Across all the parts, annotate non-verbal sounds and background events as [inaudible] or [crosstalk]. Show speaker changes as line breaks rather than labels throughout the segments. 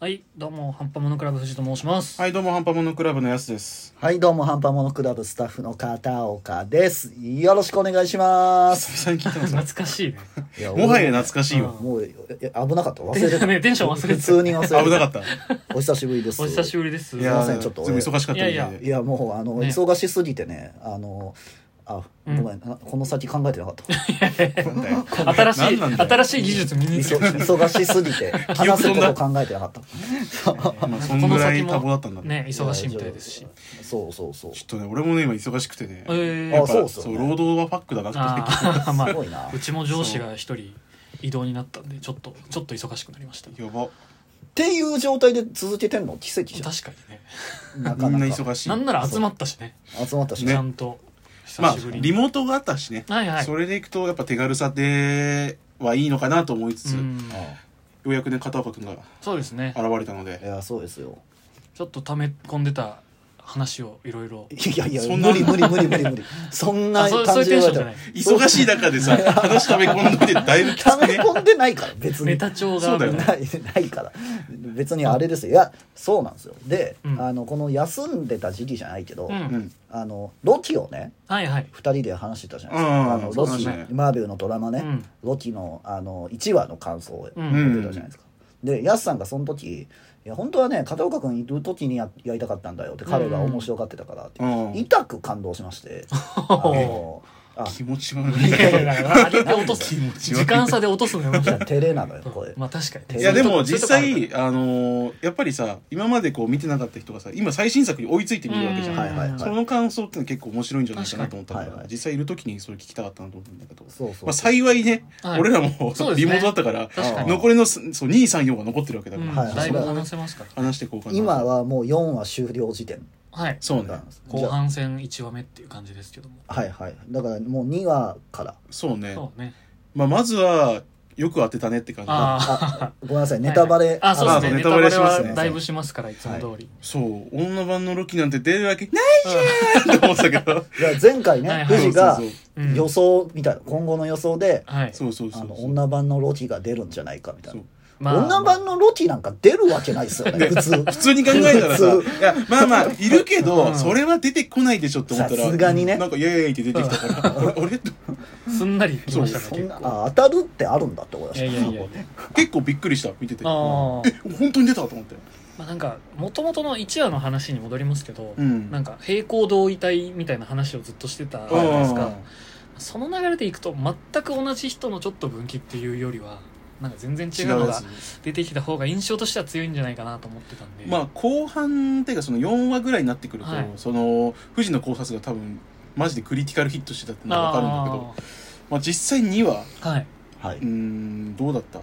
はい、どうも、ハンパモノクラブ藤と申します。
はいどうもハンパモノクラブのやすです
はい、どうも、ハンパモノクラブスタッフの片岡です。よろしくお願いします。
久々に聞いてますね
懐かしいね。
い
[laughs]
や
もはや懐かしいよ
うん
もう、いや危なかった。忘れてた。
ねテンション忘れてた
普通に忘れて
危なかった
た。お久しぶりです。
お久し
ぶ
ぶりです。
いや
すいません
ー
ちょっと
でも忙しかったみたで
いやい
いや、もう、あの、
ね
忙しすぎてね、あの、あ、
うん
ごめん、あこの先考えてなか
[laughs]
った。
なんだよ
新しい、
何なんだよ
新しい技術身につ
忙
けて。
忙しすぎて、話すことを考えてなかった。
まあそんぐらい多忙だったんだ
ね、忙しいみたいですし。
そうそうそう。
ちょっとね俺もね今忙しくてね
えー
やっぱ
あそうっすよね
労働はパックだなって
あ [laughs] あ、ます
ごいな
あ、
[laughs]
うちも上司が一人異動になったんで、ちょっと、ちょっと忙しくなりました。
やば
っていう状態で続けてんの奇跡
[laughs]
じゃ
確かにね。
ん。なか
みんな
なか
忙しい
なんなら集まったしね。
集まったし
ち
ね。
ゃんと。
ま
久
あ
しぶり
リ
に。
モートがあったしね
はいはい。
それでいくとやっぱ手軽さではいいのかなと思いつつ
う
よ
ん
うやくね片岡君が
そうですね
現。れたの
うんい
で
や、そうですよ。
ちょっと溜め込んでた話をいろいろ。
いやいや、
そんな
無理無理無理無理無理。そん
あ
な
そうそうい
感
うテ
じで
ン
言
シ
わ
ョンじゃ
れたら
ない。
忙しい中でさ話溜め込んでてだいぶきつ
溜
く
[laughs]
め
ね
込んでないから、別
ネ
に。
タ
ない、
帳が
そ
あ
うだ
る
よね
ないから。別にあれですよ。いや、そうなんですよ。で、
うん
あの、この休んでた時期じゃないけど、
う。
うんん
あの、ロキをね、
はいはい。
二人で話してたじゃないで
う
す
ん
か。あの、ロ
そう
キ、
だね
マーベルのドラマね、
うん
ロキの、あの、1話の感想を
う
言
ん
ってたじゃないですか。で、ヤスさんがその時、いや、本当はね、片岡くんいる時にややりたかったんだよって、彼が面白がってたからって、
うん
痛く感動しま
[laughs]
して、あの、あ、
気持ち悪
いやいや
い
だから上げて落とす
気持ち悪い
時間差で落とすのよも
い
ちろ
や
ん
照れなのよこれ
[laughs] まあ確かに
[laughs] いやでも
そういうと
実
こある
際あのーやっぱりさ今までこう見てなかった人がさ今最新作に追いついて見るわけじゃん、
うん
はいはいはい
その感想ってのは結構面白いんじゃないかなと思ったから、
確かにはいはい
実際いる時にそれ聞きたかったなと思うんだけど
そうそうそう
まあ、幸いね、
はい
俺らも
そうですね
リモートだったから
確
かに
残りのすそう234が残ってるわけだ
う
か
ん
ら、
はい
だいぶ話せますから
話していこうかな
今はもう4話終了時点
はい
そうね
なんです
後半戦1話目っていう感じですけども
はいはいだからもう2話から
そうね
そうね
まあ、まずはよく当てたねって感じだ
あ [laughs]
あごめんなさい
ー
[laughs] ネタバレ
あそうですねネ
ネ
タ
タ
バ
バ
レ
レ
は
しますね
だいぶしますからいつも通り
そう女版のロキなんて出るわけないじゃんって思ってたけど
いや前回
はいは
ね
い
富士が
うん
予想みたいな今後の予想で
はい
そうそうそうそ
あ
う
の
そう
女版のロキが出るんじゃないかみたい
そう
な女版のロキなんか出るわけないですよね普通
[laughs]
普通に考えたらさ
普通
いやまあまあいるけ
う
ど
ん
それは出てこないでしょって思ったら
さすがにね
なんかイエーイって出てきたから俺俺って
すんなり来ました
そ
ね
ん
結
な
構
あ当たるってあるんだって思いま
い
し
や
た
いやいや
結構びっくりした見ててえ
あ
本
ー
当に出たと思って
まあなんかもともとの1話の話に戻りますけど
うん
なんか平行同位体みたいな話をずっとしてたじゃないです
う
か
ん
その流れでいくと全く同じ人のちょっと分岐っていうよりはなんか全然違う
違
の
うや
が
つ
出てきた方が印象としては強いんじゃないかなと思ってたんで
まあ後半っていうかその4話ぐらいになってくると、
はい
その富士の考察が多分マジでクリティカルヒットしてたってのが分かるんだけどまあ、実際2話
あーはいう
[laughs] はい、
ーんどうだった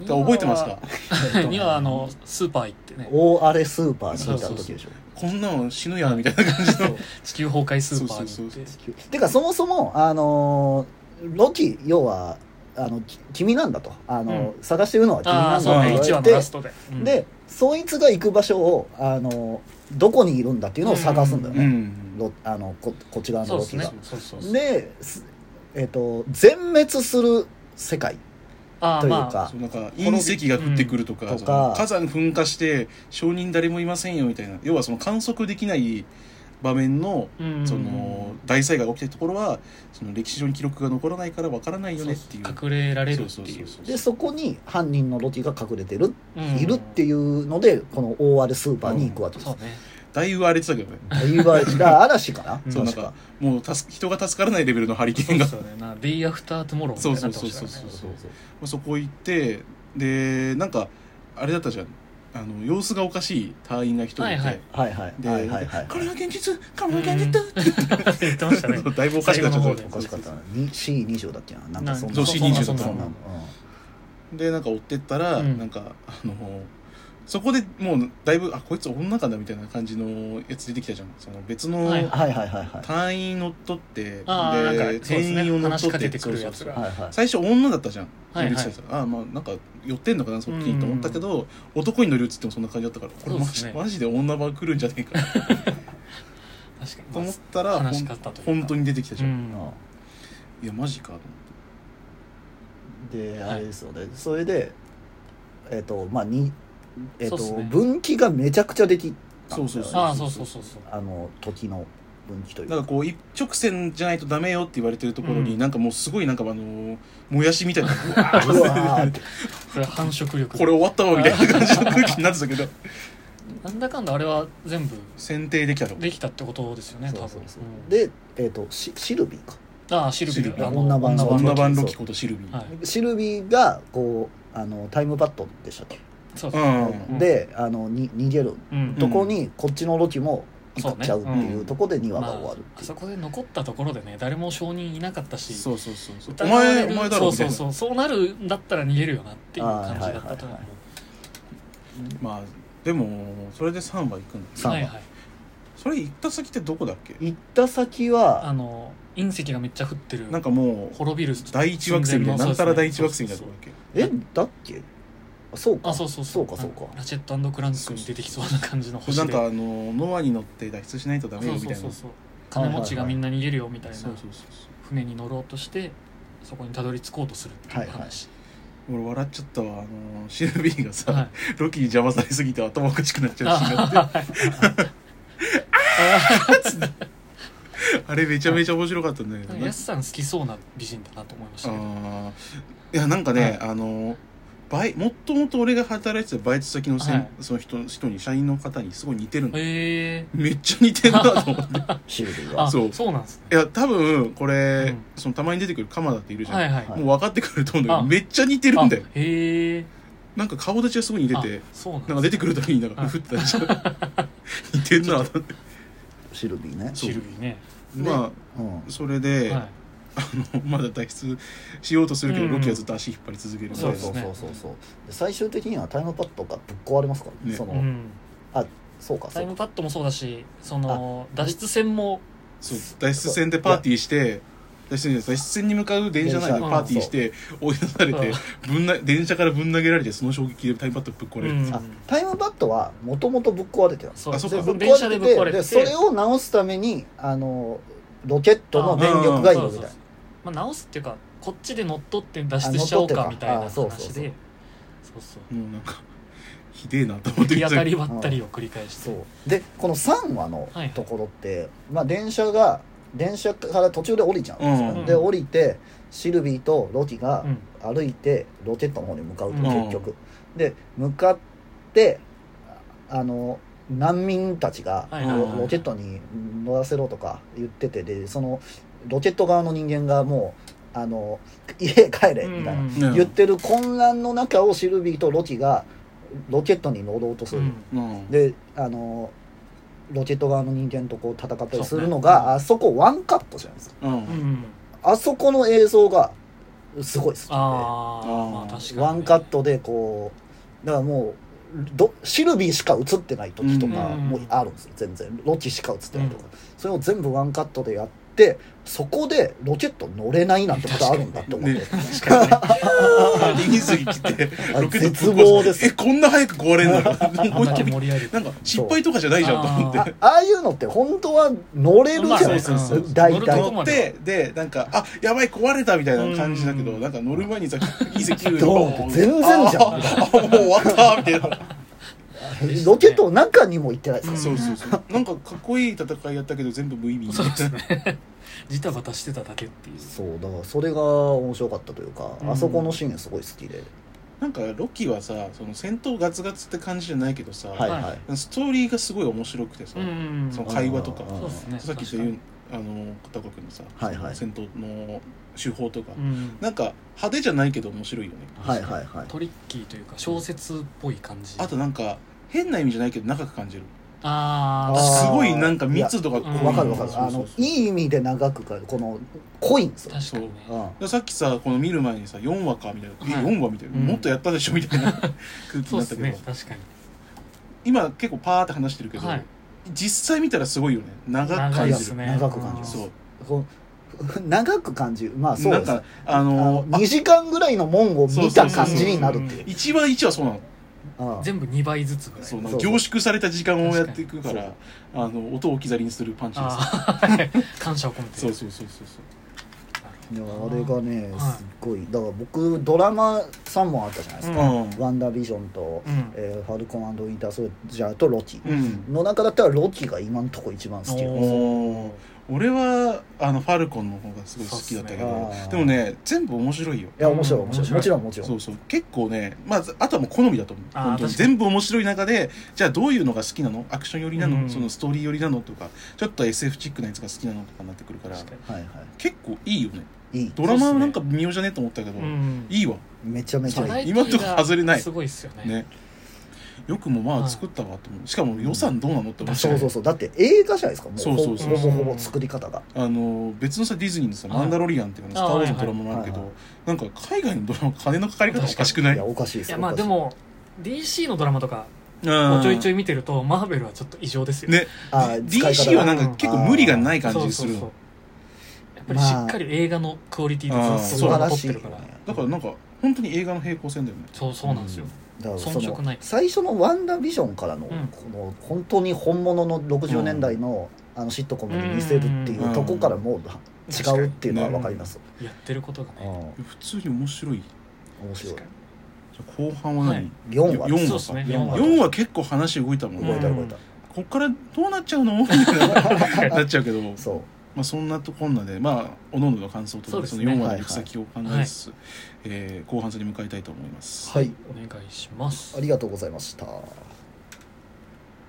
だから覚えてますか
にはあ
[laughs]
のスーパー行ってね
大荒れスーパーにいた時でしょ
こんなの死ぬやんみたいな感じの
地球崩壊スーパーに行
そう
っ
そう
て
てかそもそもあのーロキ要はあのき君なんだとあの、探してるのは君
あ
な
あ
ん
そう
だと
ね1話
言われ
の
て
ラストで、うん
でそいつが行く場所をあのどこにいるんだっていうのを探すんだよ
う
ね、
ん
ロあのここっち側
そうで
のロ
す
キ
ね
が。
そうそうそう
ですえっと全滅する世界
ああ
という
まあ
か
そうなんか隕石が降ってくるとか,、
うん
そ
と
の
か
火山噴火して証人誰もいませんよみたいな要はその観測できない場面の
うん
その大災害が起きたところはその歴史上に記録が残らないからわからないよねっていう
隠れられるって
そう
いう
そうそう
でそこに犯人のロキが隠れてる、
うん
いるっていうのでこの大荒れスーパーに行くわけです、
そうね
だいぶ荒れてたけどね
いわゆるだから嵐かな
そうなんか
確か
もう助人が助からないレベルのハリケー
そう
ン
で
が
すよねな Day After Tomorrow みたいになってましたからね
そうそうそう
そうそう
まあそこ行ってでなんかあれだったじゃんあの様子がおかしい隊員が一人いて、
はいはい
はいはい
で、
はいはいはい
これが現実これ
[laughs]
が現実、
言ってま
[laughs]
したね
だいぶおかしくなっちゃ
最後の
った
方で
おかしかったなに C20 だっけななんかそん
そ
な
う C20
そんな
だった
そんなうん
でなんか追ってったら、
うん
なんかあのそこでもうだいぶあこいつ女かなみたいな感じのやつ出てきたじゃんその別の
はい
はいはいはいはい
隊員乗っ取って、
ああなんかそうですね
店員を乗っ
話し
取
か
っ
けて
て
くるやつ
そうそう
が
はいはい
最初女だったじゃん、
はいはい
乗り移ったやつああまあなんか寄ってんのかなそっちにと思ったけど、男に乗り移ってもそんな感じだったからこれマ
そうで
ジ,、
すね
マジで女版来るんじゃねえか
確かに
と思
ま
った
あ
ら、
話
ほ
し
ん
方というか
本当に出てきたじ
う
ゃん、
ん
いやマジかと思って
で
はい
あれですよねそれでえっとまあにえっと
そうっすね
分岐がめちゃくちゃできたんだよね
そうそう
ああそうそうそうそう
あの時の分岐という
なんかこう一直線じゃないとダメよって言われてるところに、
うん
なんかもうすごいなんかあのもやしみたいな
うわーって
これは繁殖力
これ終わったわみたいな感じの空気になってたけど
[laughs] なんだかんだあれは全部
選定できたと
できたってことですよね多分
そうそうそう
うん
で、えっとシシルビーか
ああシルビ
シルビ
ー
ー
あの
女版
女版
女版ロキことシルビー、
はい
シルビーがこうあのタイムパッドでしたっけ、
そう
う、
そうんん
であのに逃げる
うん
とこにこっちのロキも行っちゃうって
そうね
いうとこで2話が
ま
終わ
あ
るっ
あ
てい、
そうこで残ったところでね誰も証人いなかったし
そうそうそうそうお
疑われ
前
る
お前だろ
そう
みた
そ
いな
うそうそうなるんだったら逃げるよなっていう感じだったと思う
はいはいはいはい
まあでもそれで3話行くんだ
三話
はいはい
それ行った先ってどこだっけ
行った先は
あの隕石がめっちゃ降ってる
なんかもう
滅びる
第一惑星みたいな
寸前の
なんたら第一惑
そ
星
う
み
で
たい
すね
なとこだっけ
えだっけあそうか
あそうそう
そうかそうか
あのラチェットクランクに出てきそうな感じの星で
なんかあのノアに乗って脱出しないとダメ
そ
よ
う
みたい
そう
な
そうそう金持ちがみんな逃げるよみたいな
そうそうそうそう
船に乗ろうとしてそこにたどり着こうとするっていう話
俺笑っちゃったわあのシルビーがさ、
はい
ロキに邪魔されすぎて頭おかしくなっちゃうしなって
あ
あれめちゃめちゃ面白かったんだけど
ー
ね
やすさん好きそうな美人だなと思いましたけど
あーいやなんかね、あのバイもっともっと俺が働いてたバイト先のせん、
はい
その人人に社員の方にすごい似てるの
へえ
めっちゃ似てるなと思
[laughs]
って
シルビー
あ
が
そ
そううなんですね
いや多分これ、
うん
そのたまに出てくる鎌田っているじゃん、
はいはい
もう分かってくると思うんだけど
あ
めっちゃ似てるんだよ
あへえ
なんか顔立ちがすごい似てて
そうなんで
なん
す
か出てくるたびになんか
あ
ふってな
[laughs]
っちゃう似てんなと思って
シルビーね
そ
シルビーね
ま
うん
あそれで、
はい
あのまだ脱出しようとするけど、
うん
ロキはずっと足引っ張り続ける
そうです
そう
ね
そうそうそうで最終的にはタイムパッドがぶっ壊れますからね
ね
その、
うん
そうか
タ
そ
イ
う
ムパ
か
ッドもそうだしその脱出船も
そう脱出船でパーティーして脱出船じゃない脱出船に向かう電車内で
電
パ
車
ーティーして追い出されてぶんな電車からぶん投げられてその衝撃でタイムパッドぶっ壊れる、
うん
あタイムパッドはもともとぶっ壊れてたんです
そう
あそう
で
か
ぶっ
電
壊
車
れ
で
て
ぶっ壊れて
でそれを直すためにあのロケットの電力がいるみたい
あーそうそうそうまあ、直すっていうかこっちで乗っ取って脱出しちゃおうかみたいな話で
あ
そう
乗っ取ってかあーそうそうそう
そう
もうなんかひでえなと思
行
って
き
き
当たり
た
ばったりを繰り返して
そうでこの3話のところって、まあ、電車が電車から途中で降りちゃうんですよ、
うん
で降りてシルビーとロキが
うん
歩いてロケットの方に向かうと、
うん
結局で向かってあの難民たちが
はいはいはい
ロケットに乗らせろとか言っててでそのロケット側の人間がもうあの家帰れみた
う
いな、
ん
うん
言ってる混乱の中をシルビーとロキがロケットに乗ろうとす
う
る、
ん
うん
であのロケット側の人間とこう戦ったりするの
そう
が、
ね
あそこワンカットじゃないですか
うん
うん
あそこの映像がすごいです
あ
あー
ーまあ確かにね、
ワンカットでこうだからもうどシルビーしか映ってない時とか
うん
もうあるんですよ全然ロキしか映ってないとか、それを全部ワンカットでやってそこでロケット乗れないなんてことあるんだって思って、
ね確かに隕石来て
あ
ロケット
絶望です
えこんな早く壊れん
[laughs]
のなんか
あんだけ盛り上げて
なんか失敗とかじゃないじゃんと思って
あ
あああいうのって本当は乗れるじゃないですか、
まあそうそうそう
大
乗
体
るとこ
乗ってでなんかあやばい壊れたみたいな感じだけど
うん
なんか乗る前にさ隕石
[laughs]
来る
ドーンって全然じ
あ
ゃん
あもう終わったみたいな
ロケットの中にも行ってないですか、
そうそうそう。なんかかっこいい戦いやったけど全部無意味。
そうですね [laughs] ジタバタしてただけっていう
そうだからそれが面白かったというか、
うん
あそこのシーンすごい好きで、
なんかロキはさ、その戦闘ガツガツって感じじゃないけどさ、
はいは
はいい、
ストーリーがすごい面白くてさ、
うん
そ
そう
の会話とか
うん
うですね
さっき言った
確
よあの片岡君のさ、
はいはい
その戦闘の手法と
か
か、
にうん
なんか派手じゃないけど面白いよね。
はいはいはい
トリッキーというか小説っぽい感じ
あとなんか変な意味じゃないけど長く感じる。
あ
あ
あ
すごいなんか密度が濃
いや
わかるわかる、
うん
あのいい意味で長くかこの濃いんですよ、
確かにね
うん、
でさっきさこの見る前にさ4話かみたいな、
はい
え4話みたいな、
うん
もっとやったでしょみたいな空気
そ
に
うで
なった
す
けど、
ね確かに
今結構パーって話してるけど、
はい
実際見たらすごいよね長く
長
感
い
じ
で
る
すね
長く感じる
そう
この [laughs] 長く感じるまあそう
な
で
ん
すね
かあ
あ
の
の2時間ぐらいの門を見た感じになるっていう
そう
一話一話そうなの
うん
全部2倍ずつぐらい
そうな
そ
の
うそう
凝縮された時間をやっていくから
確
あの音を置き去りにするパンチです
あー感謝を込めて
そうそうそうそうそう
いやあれがね
はい
すっごいだから僕ドラマ3本あったじゃないですか、
うん
ワンダービジョンと、
うん
えーファルコンウィンターソルジャーとロキ
うん
の中だったらロキが今のとこ一番好き
お
よ
ー
おー俺はあのファルコンの方がすごい好きだったけ
そう
ど
っすね
でもね全部面白いよ
いや面白い
うん
面白い
面
もち
白
ろんもちろん
そうそう結構ね、まあ、あとはもう好みだと思う
あー
本当に
確かに
全部面白い中でじゃあどういうのが好きなのアクション寄りなの、
うん
そのストーリー寄りなのとかちょっと SF チックなやつが好きなのとかになってくるから
確か
はいは
結構いいよね
いいい
ドラマはなんか微妙じゃねえと思ったけど、
にうん
いいわ
めちゃめち
バ
ゃ
ラ
いい
エティ
今のとこ外れない
がすごいっすよね
ねよくもま
は
あ
い
作ったわと思うしかも予算どうなのって思っ
そうそう
う
そうだって映画じゃないですかも
そうそうそう
ほぼほぼほぼ作り方が
あの別のさディズニーのさ「
はい
マンダロリアン」っていうのスター・ウォーズのドラマもあるけ
あはい
どなんか海外のドラマ金のかかり方おかしくないい
やおかしいです
いやまあ
おか
で
し
も DC のドラマとか
も
をちょいちょい見てるとマーベルはちょっと異常ですよ
ね
あー使い方
DC はなん
う
か
ん
結構無理がない感
そう
じす
そう
る
そう
の
やっぱりしっかり映画のクオリティ
あー
でずっと
素晴ら
残っ
し
て
いよ
る
ね
から
だからなんか本当に映画の平行線だよね
そうそうなんですよ、
だからそ
遜色な
の
い
最初の「ワンダービジョン」からの,、
うん
この本当に本物の60年代の,、あのシットコムに見せるっていうとこからもうは
うん
違うっていうのは分かります、
やってることがね
普通に面白い
面白い
確か
じゃあ後半は何、
はい
4話
よ
に
四
そう
話
ですね
四話
四話
4は結構話動いたもん
うん
動いた
ね、
動いた、
こっからどうなっちゃうのみたいななっちゃうけど
[laughs] そう
まあ、そんなとこんなで、まあ、おのおのの感想と
そうで
そ
す
の
ね
4話の行く先を考えつつ、えー後半戦に向かいたいと思います。
はい
お願いします
ありがとうございました